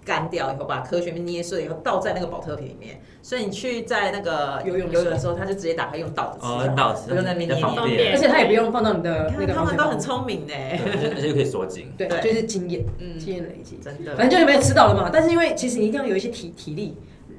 Speaker 4: 干掉以后，把科学面捏碎以后倒在那个保特瓶里面。所以你去在那个
Speaker 5: 游泳的时
Speaker 4: 游
Speaker 5: 候
Speaker 4: 泳的时候，他就直接打开用倒着吃
Speaker 1: 哦
Speaker 4: 啊，，
Speaker 1: 到时
Speaker 4: 不用在那边
Speaker 1: 比较
Speaker 4: 捏
Speaker 1: 方
Speaker 6: 捏
Speaker 1: 便
Speaker 5: 而，且它也不用放到你的那
Speaker 4: 你
Speaker 5: 个防
Speaker 4: 看他们
Speaker 5: 水
Speaker 4: 都
Speaker 5: 包
Speaker 4: 很聪明呢，
Speaker 1: 对而且而且可以锁紧。
Speaker 5: 对，
Speaker 4: 对
Speaker 5: 就是经验，
Speaker 3: 嗯
Speaker 5: 经验累积。
Speaker 4: 真
Speaker 5: 反正
Speaker 4: 的。
Speaker 5: 就有没有吃到了嘛，但是因为其实你一定要有一些体体力、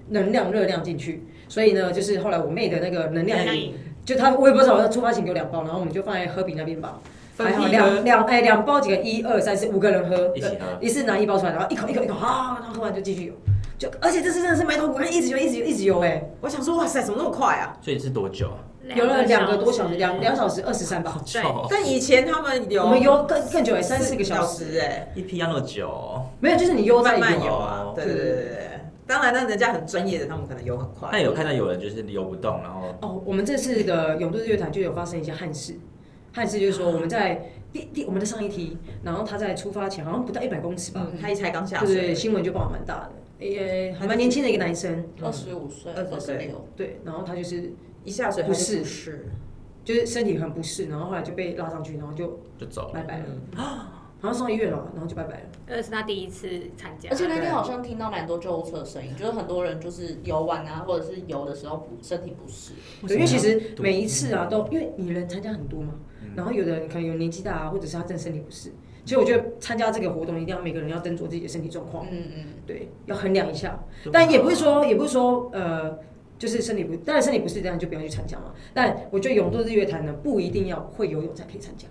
Speaker 5: 能量、热量进去，所以呢，就是后来我妹的那个能量
Speaker 6: 香
Speaker 5: 饮，
Speaker 6: 饮
Speaker 5: 就她我也不知道，她出发前给我两包，然后我们就放在和平那边吧，
Speaker 4: 分
Speaker 5: 还好
Speaker 4: 批
Speaker 5: 两
Speaker 4: 喝
Speaker 5: 两哎两包几个一二三四五个人喝，
Speaker 1: 一起喝
Speaker 5: 一次拿一包出来，然后一口一口一口啊，然后喝完就继续游，就而且这次真的是埋头苦干，一直游一直游一直游哎、
Speaker 4: 我想说，哇塞，怎么那么快啊？
Speaker 1: 所以是多久啊？
Speaker 5: 游了两个多小时，两两小时二十三吧，
Speaker 6: 对
Speaker 1: 哦
Speaker 4: 但以前他们有
Speaker 5: 我们游更更久哎、三四个小时，
Speaker 4: 时哎，
Speaker 1: 一批要那么久哦，
Speaker 5: 没有就是你游在
Speaker 4: 慢慢
Speaker 5: 游，
Speaker 4: 游啊
Speaker 1: 哦，
Speaker 4: 对对对对对。当然，那人家很专业的，他们可能游很快。
Speaker 1: 但有看到有人就是游不动，然后
Speaker 5: 哦，我们这次的永渡日月潭就有发生一些憾事，憾事就是说我们在第第我们的上一梯，然后他在出发前好像不到一百公尺吧，
Speaker 4: 嗯，他一才刚下
Speaker 5: 对对对，
Speaker 4: 水，
Speaker 5: 新闻就报道蛮大的，也还蛮年轻的一个男生，
Speaker 3: 二十五岁，二十六，
Speaker 5: 对，然后他就是
Speaker 4: 一下水
Speaker 5: 不是
Speaker 4: 不是，
Speaker 5: 就是身体很不适，然后后来就被拉上去，然后就
Speaker 1: 就走
Speaker 5: 拜
Speaker 1: 了。
Speaker 5: 拜了，啊好像上医院了，然后就拜拜了。
Speaker 6: 那是他第一次参加，
Speaker 3: 而且那天好像听到蛮多救护车的声音，就是很多人就是游玩啊，或者是游的时候不身体不适，
Speaker 5: 对，因为其实每一次啊，都因为你人参加很多嘛，然后有的人可能有年纪大啊，或者是他真的身体不适，所以我觉得参加这个活动一定要每个人要斟酌自己的身体状况，
Speaker 3: 嗯嗯，
Speaker 5: 对，要衡量一下。但也不是说，也不是说，呃，就是身体不，当然身体不适，当然就不要去参加嘛。但我觉得泳渡日月潭呢，不一定要会游泳才可以参加。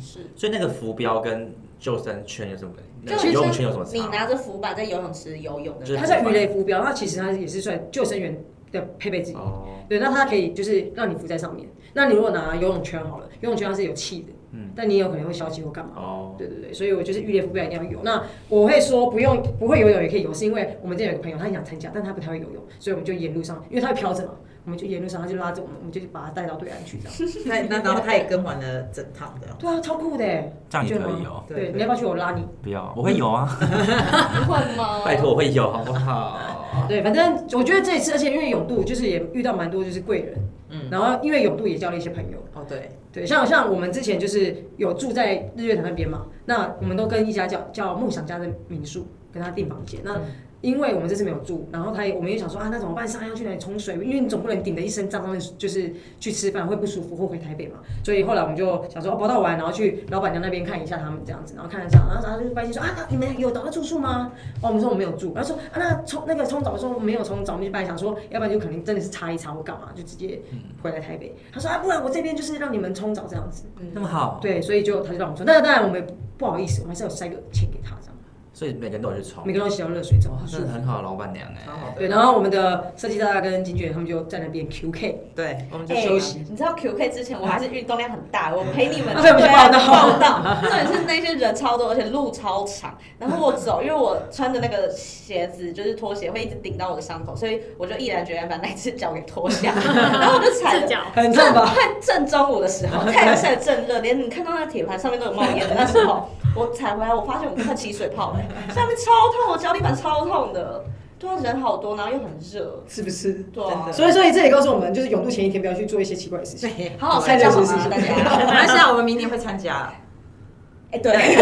Speaker 3: 是。
Speaker 1: 所以那个浮标跟救生圈有什么？那
Speaker 3: 就
Speaker 1: 个
Speaker 3: 是
Speaker 1: 游泳圈有什么
Speaker 3: 你
Speaker 1: 差？啊
Speaker 3: 拿着浮板在游泳池游泳的
Speaker 1: 就是
Speaker 3: 人，
Speaker 5: 它在鱼雷浮标，那其实它也是算救生员的配备之一。
Speaker 1: 哦，
Speaker 5: 对，那它可以就是让你浮在上面。那你如果拿游泳圈好了，游泳圈它是有气的，
Speaker 1: 嗯
Speaker 5: 但你也有可能会消气或干嘛。
Speaker 1: 哦，
Speaker 5: 对对对，所以我就是预列浮标一定要有。那我会说不用不会游泳也可以游，是因为我们这边有个朋友他很想参加，但他不太会游泳，所以我们就沿路上，因为他会飘着嘛，我们就沿路上他就拉着我们，我们就把他带到对岸去这样。
Speaker 4: 那那然后他也跟完了整趟这样。
Speaker 5: 对啊，超酷的耶，
Speaker 1: 这样也
Speaker 5: 你觉得
Speaker 1: 可以
Speaker 5: 吗
Speaker 1: 哦。
Speaker 5: 对，你要不要去？我拉你？
Speaker 1: 不要，我会游啊，
Speaker 3: 不会吗？
Speaker 1: 拜托我会游，好不好？
Speaker 5: 对，反正我觉得这一次，而且因为泳渡就是也遇到蛮多就是贵人，
Speaker 4: 嗯，
Speaker 5: 然后因为泳渡也交了一些朋友。
Speaker 4: 哦对，
Speaker 5: 对，像像我们之前就是有住在日月潭那边嘛，那我们都跟一家叫叫梦想家的民宿跟他订房间。那
Speaker 4: 嗯
Speaker 5: 因为我们这次没有住，然后他也我们也想说啊，那怎么办？上岸要去哪里冲水？因为你总不能顶着一身脏脏的，就是去吃饭会不舒服，或回台北嘛。所以后来我们就想说，哦，宝岛玩，然后去老板娘那边看一下他们这样子，然后看一下，然后他就关心说啊，那你们有找到住宿吗？哦，我们说我们没有住，然后说啊，那冲那个冲澡的时候没有冲澡，我们就本来想说，要不然就可能真的是擦一擦或干嘛，就直接回来台北。他说啊，不然我这边就是让你们冲澡这样子。
Speaker 1: 那么好，
Speaker 5: 对，所以就他就让我们说，那当然我们也不好意思，我们还是有塞个钱给他这样。
Speaker 1: 所以每个人都有去冲
Speaker 5: 每，个人都洗到热水澡，好舒
Speaker 1: 真的
Speaker 5: 服。
Speaker 1: 很好的老板娘哎、
Speaker 4: 好好的，
Speaker 5: 对，然后我们的设计大大跟经纪人他们就在那边 QK
Speaker 4: 对，我们就
Speaker 3: 哎
Speaker 5: 就休 息。
Speaker 3: 你知道 QK 之前我还是运动量很大，我陪 你们
Speaker 5: 啊对我们去报道
Speaker 3: 报道，重点是那些人超多，而且路超长。然后我走，因为我穿的那个鞋子就是拖鞋，会一直顶到我的伤口，所以我就毅然决然把那只脚给 脱下，然后我就踩
Speaker 6: 赤
Speaker 3: 了。
Speaker 6: 脚，
Speaker 5: 很
Speaker 3: 正
Speaker 5: 痛 吧？
Speaker 3: 快正中午的时候，太阳晒得正热，连你看到那个铁盘上面都有冒烟的那时候， 我踩回来，我发现我快起水泡了、下面超痛，我脚底板超痛的。对啊，人好多，然后又很热，
Speaker 5: 是不是？
Speaker 3: 对啊
Speaker 4: 真，
Speaker 5: 所以，所以这也告诉我们，就是泳渡前一天不要去做一些奇怪的事 情。
Speaker 3: 好好
Speaker 5: 太
Speaker 3: 睡
Speaker 5: 热
Speaker 3: 觉好
Speaker 5: 是不
Speaker 3: 吗，
Speaker 5: 是
Speaker 3: 啊大家？
Speaker 4: 没关系啊，我们明年会参加啦。
Speaker 3: 哎，对。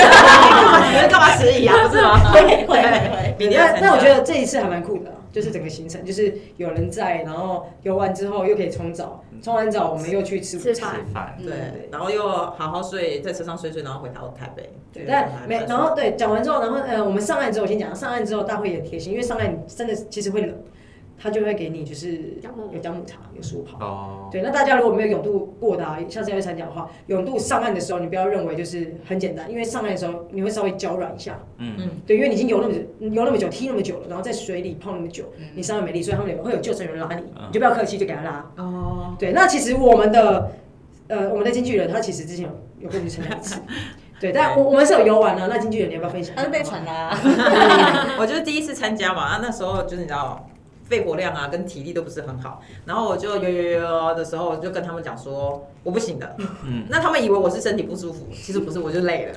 Speaker 4: 你们干嘛迟疑啊？不是吗？
Speaker 3: 会会会，
Speaker 4: 明年会
Speaker 5: 那
Speaker 4: 参加
Speaker 5: 那我觉得这一次还蛮酷的，啊就是整个行程，就是有人在，然后游完之后又可以冲澡，冲完澡我们又去吃午
Speaker 6: 吃
Speaker 5: 餐。
Speaker 6: 饭
Speaker 1: 吃饭，
Speaker 4: 对，然后又好好睡，在车上睡睡，然后回台台北。
Speaker 5: 对，
Speaker 4: 觉得还
Speaker 5: 但
Speaker 4: 蛮
Speaker 5: 没，然后对，讲完之后，然后呃，我们上岸之后，我先讲上岸之后，大会也很贴心，因为上岸真的其实会冷，他就会给你就是
Speaker 6: 姜母
Speaker 5: 有姜母茶，有舒跑。
Speaker 1: 哦，
Speaker 5: 对，那大家如果没有泳渡过的、啊，下次要去参加的话，泳渡上岸的时候，你不要认为就是很简单，因为上岸的时候你会稍微脚软一下，
Speaker 1: 嗯，
Speaker 5: 对，因为你已经游那么久、游那么久、踢那么久了，然后在水里泡那么久，你上岸没力，所以他们有会有救生员拉你，
Speaker 1: 嗯
Speaker 5: 你就不要客气，就给他拉。
Speaker 4: 哦，
Speaker 5: 对，那其实我们的呃，我们的经纪人他其实之前有有跟我们参加一 次，对，但我我们是有游玩啊。那经纪人你要不要分享一下？
Speaker 3: 他是被传啦、
Speaker 4: 我就是第一次参加嘛，啊，那时候就是你知道。肺活量啊，跟体力都不是很好，然后我就游游游的时候，我就跟他们讲说我不行的，
Speaker 1: 嗯
Speaker 4: 那他们以为我是身体不舒服，其实不是，我就累 了，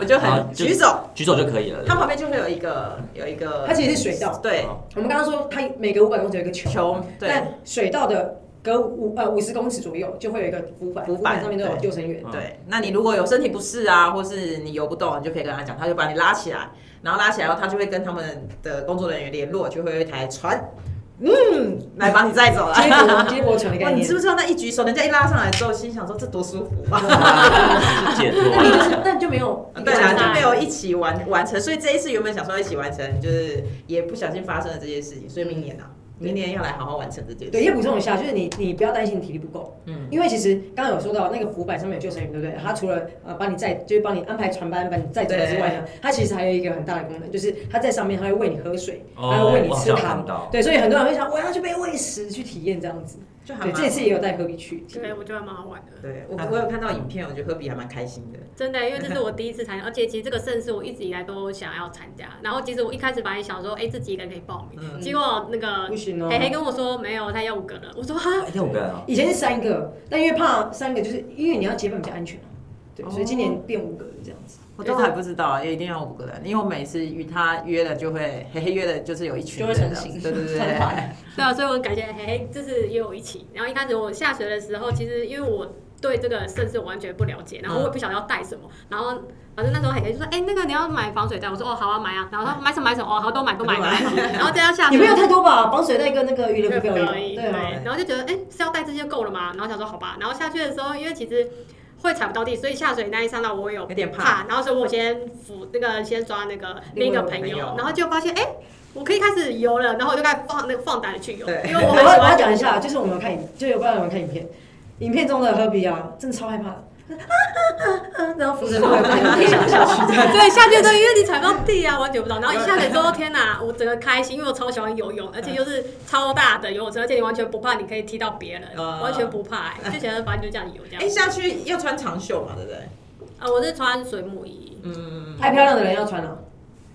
Speaker 4: 我就
Speaker 1: 嗯好
Speaker 4: 很
Speaker 1: 就
Speaker 4: 举手，
Speaker 1: 举手就可以了。
Speaker 4: 它旁边就会有一个有一个，
Speaker 5: 它其实是水道
Speaker 4: 对
Speaker 5: 我们刚刚说它每隔五百公尺有一个球，
Speaker 4: 球对
Speaker 5: 但水道的隔五呃五十公尺左右就会有一个浮板，
Speaker 4: 浮板
Speaker 5: 上面都有救生员。
Speaker 1: 嗯
Speaker 4: 对，那你如果有身体不适啊，或是你游不动，你就可以跟他讲，他就把你拉起来，然后拉起来后，他就会跟他们的工作人员联络，就会有一台船，嗯，来把你载走了。
Speaker 5: 接驳接驳船的
Speaker 4: 哇，
Speaker 5: 概
Speaker 4: 哦你
Speaker 5: 念
Speaker 4: 知。不知道那一举手，人家一拉上来之后，心想说这多舒服啊！
Speaker 1: 啊是解脱
Speaker 5: 那你就是，但就没有
Speaker 4: 对啦，
Speaker 6: 对
Speaker 4: 就没有一起完完成，所以这一次原本想说一起完成，就是也不小心发生了这件事情，所以明年啊，明年要来好好完成这件
Speaker 5: 对，
Speaker 4: 事。
Speaker 5: 也补充一下，就是你你不要担心你体力不够，
Speaker 4: 嗯
Speaker 5: 嗯，因为其实刚刚有说到那个浮板上面有救生员，对不对？他除了呃帮你载，就是帮你安排船班把你载走之外呢，他其实还有一个很大的功能，就是他在上面他会喂你喝水，
Speaker 1: 哦
Speaker 5: 他会喂你吃
Speaker 1: 我好像有
Speaker 5: 糖
Speaker 1: 看到，
Speaker 5: 对，所以很多人会想我要去被喂食去体验这样子。
Speaker 4: 就还
Speaker 5: 对，
Speaker 4: 蛮
Speaker 5: 这次也有带科比去，
Speaker 6: 对，我觉得还蛮好玩的。
Speaker 4: 对我我有看到影片，我觉得科比还蛮开心的。
Speaker 6: 真的，因为这是我第一 次参加，而且其实这个盛事我一直以来都想要参加。然后其实我一开始本来想说，哎、自己一个人可以报名，
Speaker 4: 嗯
Speaker 6: 结果那个
Speaker 5: 不行哦
Speaker 6: 黑黑跟我说没有，他要五个人。我说哈，
Speaker 1: 要五个人哦，
Speaker 5: 以前是三个，但因为怕三个，就是因为你要结伴比较安全啊，对，所以今年变五个人这样子。
Speaker 7: 我都还不知道，也一定要五个人，因为我每次与他约了就会，嘿嘿约了就是有一群
Speaker 3: 就会
Speaker 7: 人
Speaker 3: 成
Speaker 7: 这样
Speaker 3: 型
Speaker 4: 啊
Speaker 7: 子对对对
Speaker 3: 很
Speaker 7: 对，
Speaker 3: 快
Speaker 6: 对啊，所以我很感谢黑黑，就是也有一起。然后一开始我下学的时候，其实因为我对这个盛事我完全不了解，然后我也不晓得要带什么，然后。反正那时候黑黑就说：“哎、那个你要买防水袋。”我说：“哦，好啊，买啊。”然后他说：“买什么买什么？哦，好，都买都买都买。”然后这样下
Speaker 5: 你
Speaker 6: 学，
Speaker 5: 没有太多吧？防水袋跟那个娱乐
Speaker 6: 对
Speaker 5: 服
Speaker 6: 不
Speaker 5: 表
Speaker 6: 可
Speaker 5: 演，
Speaker 6: 以，
Speaker 5: 对啊。
Speaker 6: 对，然后就觉得哎、是要带这些够了吗？然后想说好吧，然后下去的时候，因为其实会踩不到地，所以下水那一刹那我有
Speaker 4: 有点怕
Speaker 6: 怕，然后所以我先扶那个先抓那个另一个朋
Speaker 4: 另
Speaker 6: 友
Speaker 4: 一个朋友，
Speaker 6: 然后就发现哎、我可以开始游了，然后我就开始放那个放胆的去游，
Speaker 4: 对
Speaker 6: 因为我
Speaker 5: 我
Speaker 6: 很
Speaker 5: 要我
Speaker 6: 喜
Speaker 5: 要
Speaker 6: 欢
Speaker 5: 讲一下，就是我们有看影，就有不知道有没有看影片，影片中的科比啊，真的超害怕的，啊啊啊啊，然后扶着那个朋友跳下去，
Speaker 6: 对，下去之后，因为你踩不到地啊，完全不到。然后一下水之后，天哪，我整个开心，因为我超喜欢游泳，而且又是超大的游泳池，而且你完全不怕，你可以踢到别人，
Speaker 4: 啊
Speaker 6: 完全不怕、欸，就觉得反正就这样游这 样
Speaker 4: 哎，。下去要穿长袖嘛，对不对？
Speaker 6: 啊，我是穿水母衣，
Speaker 5: 爱漂亮的人要穿啊。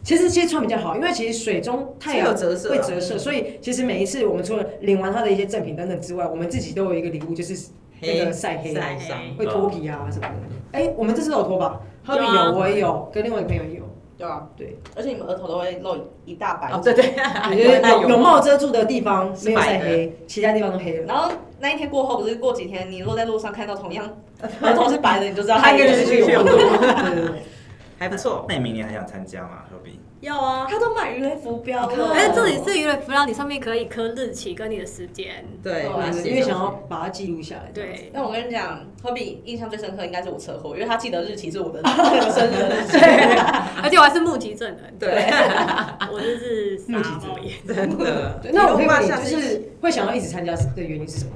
Speaker 5: 其实其实穿比较好，因为其实水中太阳
Speaker 4: 是有折射啊
Speaker 5: 会折射，所以其实每一次我们除了领完他的一些赠品等等之外，我们自己都有一个礼物，就是那个晒黑
Speaker 4: 晒伤，
Speaker 5: 会脱皮啊什么的。哎、我们这次都有脱吧？科比
Speaker 6: 有啊
Speaker 5: 有，我也有，跟另外一个朋友也有。
Speaker 3: 对啊，
Speaker 5: 对，
Speaker 3: 而且你们额头都会露一大白。
Speaker 4: 哦，对对，
Speaker 5: 我觉得有
Speaker 4: 有
Speaker 5: 有帽遮住的地方没有晒
Speaker 4: 白的
Speaker 5: 黑，其他地方都黑了。
Speaker 3: 然后那一天过后，不是过几天，你如果在路上看到同样额头是白的，你就知道
Speaker 5: 他
Speaker 3: 他
Speaker 5: 应该就是去
Speaker 3: 去
Speaker 5: 游泳。对对对，
Speaker 4: 还不错。
Speaker 1: 那你明年还想参加吗？何必？
Speaker 6: 要啊。
Speaker 3: 他都买鱼雷浮标
Speaker 4: 哦
Speaker 3: 了。
Speaker 1: 哎
Speaker 6: 而且哎这里是娱乐服料，你上面可以刻日期跟你的时间。
Speaker 4: 对，
Speaker 3: 对
Speaker 4: 把它写
Speaker 5: 因为
Speaker 4: 上
Speaker 5: 想要
Speaker 4: 去
Speaker 5: 把它记录下来。
Speaker 6: 对，
Speaker 3: 但我跟你讲，科比印象最深刻应该是我车祸，因为他记得日期是我的生日的日期。
Speaker 6: 而且我还是目击证人，
Speaker 4: 对，
Speaker 6: 我就是傻猫眼。
Speaker 4: 真的
Speaker 5: 对，那我可以问你，
Speaker 4: 下
Speaker 5: 就
Speaker 4: 次一
Speaker 5: 是
Speaker 4: 起
Speaker 5: 会想要一直参加的原因是什么？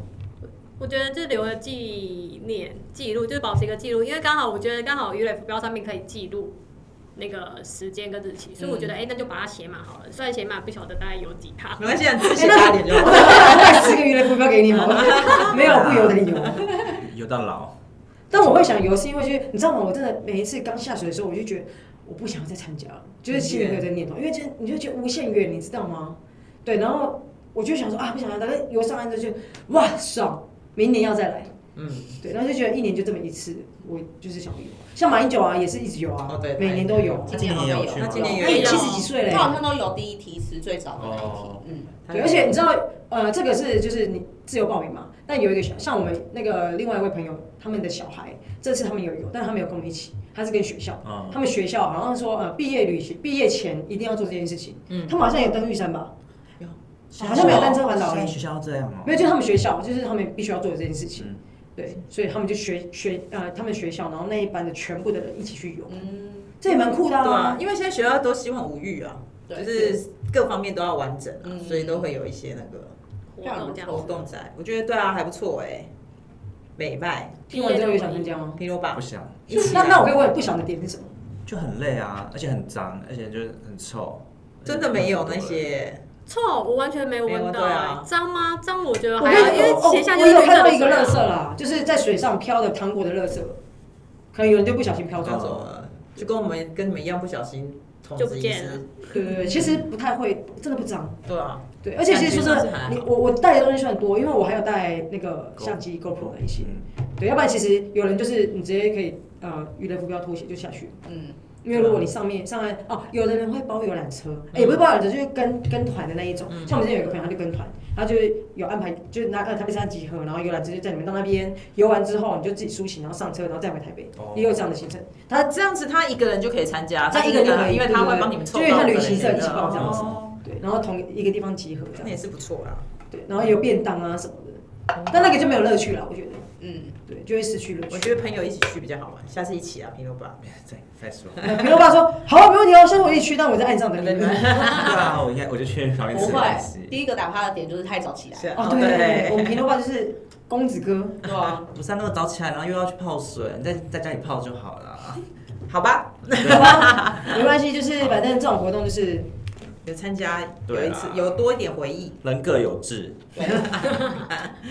Speaker 6: 我觉得这留了纪念记录，就是保持一个记录，因为刚好我觉得刚好娱乐浮标上面可以记录那个时间跟日期，所以我觉得
Speaker 4: 嗯
Speaker 6: 哎、诶那就把它写满好了。虽然写满不晓得大概有几趟，
Speaker 4: 没关系，你啊自 己写大一点就好。
Speaker 5: 我带四个月的目标给你好了， 没有不游的理由。
Speaker 1: 游到老，
Speaker 5: 但我会想游，是因为就是你知道吗？我真的每一次刚下水的时候，我就觉得我不想要再参加了，就是心里会有这个念头，因为真的你就觉得无限远，你知道吗？对，然后我就想说啊，不想要，但是游上岸之后就哇爽，明年要再来。
Speaker 4: 嗯，
Speaker 5: 对，然后就觉得一年就这么一次，我就是想游。像马英九啊，也是一直游啊，
Speaker 4: 哦对
Speaker 5: 每年都游。
Speaker 1: 今年也有去
Speaker 4: 他
Speaker 1: 吗？
Speaker 4: 今年
Speaker 3: 有
Speaker 5: 他也
Speaker 4: 有
Speaker 5: 七十几岁嘞
Speaker 3: 他，好像都有第一题是最早的那一题
Speaker 1: 哦，
Speaker 3: 嗯，
Speaker 5: 对，而且你知道，呃，这个是就是你自由报名嘛，但有一个小像我们那个另外一位朋友，他们的小孩这次他们有游，但他没有跟我们一起，他是跟学校，
Speaker 1: 嗯，
Speaker 5: 他们学校好像说呃毕业旅行，毕业前一定要做这件事情，嗯，他们好像有登玉山吧，
Speaker 4: 哦有
Speaker 5: 好像没有单车环岛而
Speaker 1: 现在
Speaker 5: 已，
Speaker 1: 学校要这样哦
Speaker 5: 没有，就是他们学校，就是他们必须要做的这件事情，
Speaker 1: 嗯
Speaker 5: 对，所以他们就学学呃他们学校，然后那一班的全部的人一起去游，
Speaker 3: 嗯，
Speaker 5: 这也蛮酷的
Speaker 4: 对啊，，因为现在学校都希望无欲啊，就
Speaker 3: 对
Speaker 4: 是各方面都要完整啊，
Speaker 3: 嗯
Speaker 4: 所以都会有一些那个
Speaker 6: 活动这样
Speaker 4: 活
Speaker 6: 子。
Speaker 4: 动在。
Speaker 5: 嗯
Speaker 4: 我觉得对啊，还不错哎、美拜
Speaker 5: 听完之后有想参加吗？
Speaker 4: 平罗吧
Speaker 1: 不，想，
Speaker 4: 一起啊
Speaker 5: 那那我可以问不想的点是什么？
Speaker 1: 就很累啊，而且很脏，而且就是很臭，
Speaker 4: 真的没有那些
Speaker 6: 臭，我完全没闻
Speaker 4: 没
Speaker 6: 到、
Speaker 4: 闻到啊
Speaker 6: 欸。脏吗？脏，我觉得
Speaker 5: 我
Speaker 6: 还好，因为
Speaker 5: 哦
Speaker 6: 写下就
Speaker 5: 我
Speaker 6: 是
Speaker 5: 有看到
Speaker 6: 的
Speaker 5: 一个
Speaker 6: 水啊
Speaker 5: 垃圾啦，就是在水上漂的糖果的垃圾，可能有人就不小心漂
Speaker 4: 飘
Speaker 5: 走
Speaker 4: 走
Speaker 5: 了。
Speaker 4: 了，就跟我们跟你们一样不小心捅
Speaker 6: 就不
Speaker 4: 子一
Speaker 6: 见了
Speaker 4: 只，
Speaker 5: 对对对，其实不太会，真的不脏。
Speaker 4: 对啊，
Speaker 5: 对，而且其实说真
Speaker 4: 感觉上是还
Speaker 5: 的，
Speaker 4: 好
Speaker 5: 你我我带的东西算多，因为我还有带那个相机 GoPro 在一起。
Speaker 1: 嗯
Speaker 5: 对，要不然其实有人就是你直接可以呃娱乐浮标拖鞋就下去，
Speaker 3: 嗯，
Speaker 5: 因为如果你上面上来哦，有的人会包游览车，哎也不是包游览车，就是跟跟团的那一种。像我们之前有一个朋友，他就跟团，他就是有安排，就是拿呃台北山集合，然后游览车就载你们到那边游完之后，你就自己苏醒，然后上车，然后再回台北，
Speaker 1: 哦
Speaker 5: 也有这样的行程。
Speaker 4: 他这样子他一个人就可以参加，
Speaker 5: 他一个
Speaker 4: 就
Speaker 5: 人就可以
Speaker 4: 因为他会帮你们凑
Speaker 5: 对对对
Speaker 4: 到
Speaker 5: 就有点
Speaker 4: 五
Speaker 5: 像旅行社
Speaker 4: 个人
Speaker 5: 一起报这样子
Speaker 4: 哦
Speaker 5: 对，然后同一个地方集合这
Speaker 4: 那也
Speaker 5: 样，
Speaker 4: 是不错啦。
Speaker 5: 对，然后有便当啊什么的，但那个就没有乐趣了，我觉得，
Speaker 3: 嗯，
Speaker 5: 对，就会失去乐
Speaker 4: 我
Speaker 5: 趣。
Speaker 4: 觉得朋友一起去比较好玩，下次一起啊，平罗吧。
Speaker 1: 再再说，
Speaker 5: 呃比如我爸说，好啊，没问题哦，下次我一起去，但我在岸上等你们。
Speaker 1: 对啊，我应该我就去旁边
Speaker 3: 不
Speaker 1: 吃东
Speaker 3: 会，
Speaker 1: 西，
Speaker 3: 第一个打趴的点就是太早起来，
Speaker 4: 是啊
Speaker 5: 哦，对对对，我们平头爸就是公子哥，
Speaker 3: 对啊，
Speaker 1: 不是啊那么早起来，然后又要去泡水，你在在家里泡就好了。
Speaker 4: 好吧，
Speaker 5: 没关系，就是反正这种活动就是
Speaker 4: 有参加有
Speaker 1: 对
Speaker 4: 一
Speaker 1: 啊
Speaker 4: 次有多一点回忆，
Speaker 1: 人各有志，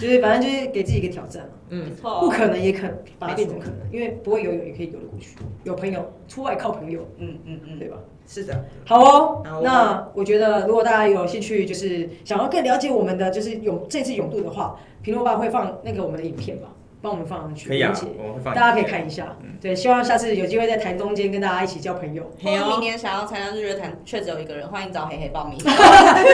Speaker 5: 就是反正就是给自己一个挑战嘛，
Speaker 4: 嗯
Speaker 3: 不，错
Speaker 5: 不可能也可能把它变成可能，因为不会游泳也可以游得过去，有朋友出外靠朋友，
Speaker 3: 嗯嗯嗯，
Speaker 5: 对吧？
Speaker 4: 是的，
Speaker 5: 好哦，
Speaker 4: 好哦
Speaker 5: 那我觉得如果大家有兴趣，就是想要更了解我们的就是泳这次泳渡的话，平头爸会放那个我们的影片吧，帮我们放上去，
Speaker 1: 可以啊
Speaker 5: 并且，
Speaker 1: 我们会放，
Speaker 5: 大家可以，看一下。
Speaker 4: 嗯
Speaker 5: 对，希望下次有机会在台中间跟大家一起交朋 友，
Speaker 3: 或
Speaker 1: 哦
Speaker 3: 者明年想要参加日月潭，却只有一个人，欢迎找黑黑报名。，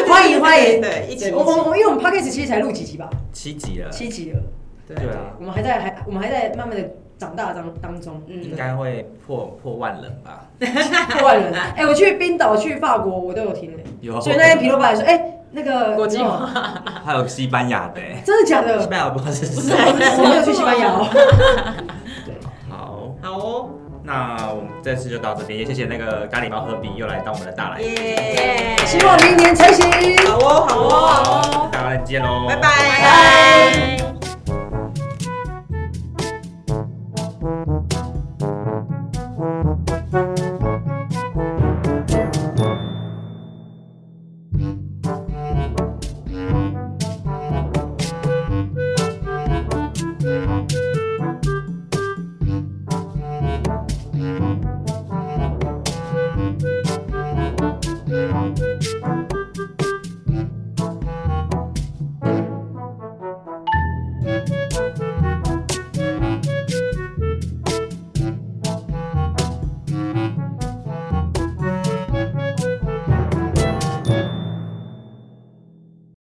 Speaker 5: 欢迎欢迎。哦
Speaker 4: 对，一
Speaker 5: 对
Speaker 4: 起一
Speaker 5: 我我
Speaker 4: 起，
Speaker 5: 我，因为我们 podcast 其实才录几集吧，
Speaker 1: 七级了，
Speaker 5: 七集了，
Speaker 1: 对啊，
Speaker 5: 我们还在还我们还在慢慢的长大当当中
Speaker 1: 应
Speaker 3: 嗯，
Speaker 1: 该会破破万人吧？
Speaker 5: 破万人。哎、我去冰岛、去法国，我都有听哎、
Speaker 1: 有，
Speaker 5: 所以那天皮罗巴也说，哎、那个
Speaker 4: 国际
Speaker 5: 你
Speaker 4: 化
Speaker 5: 知道吗
Speaker 1: 还有西班牙的欸，
Speaker 5: 真的假的
Speaker 1: 西？班牙不知道是谁。
Speaker 5: 我没有去西班牙哦。
Speaker 1: 好，
Speaker 4: 好哦，
Speaker 1: 那我们这次就到这边，也谢谢那个咖喱猫和饼又来当我们的大来宾，
Speaker 4: 耶，
Speaker 5: 希望明年成行。
Speaker 4: 好哦，好哦，
Speaker 1: 大家再见喽，
Speaker 4: 拜拜。
Speaker 1: 拜
Speaker 6: 拜。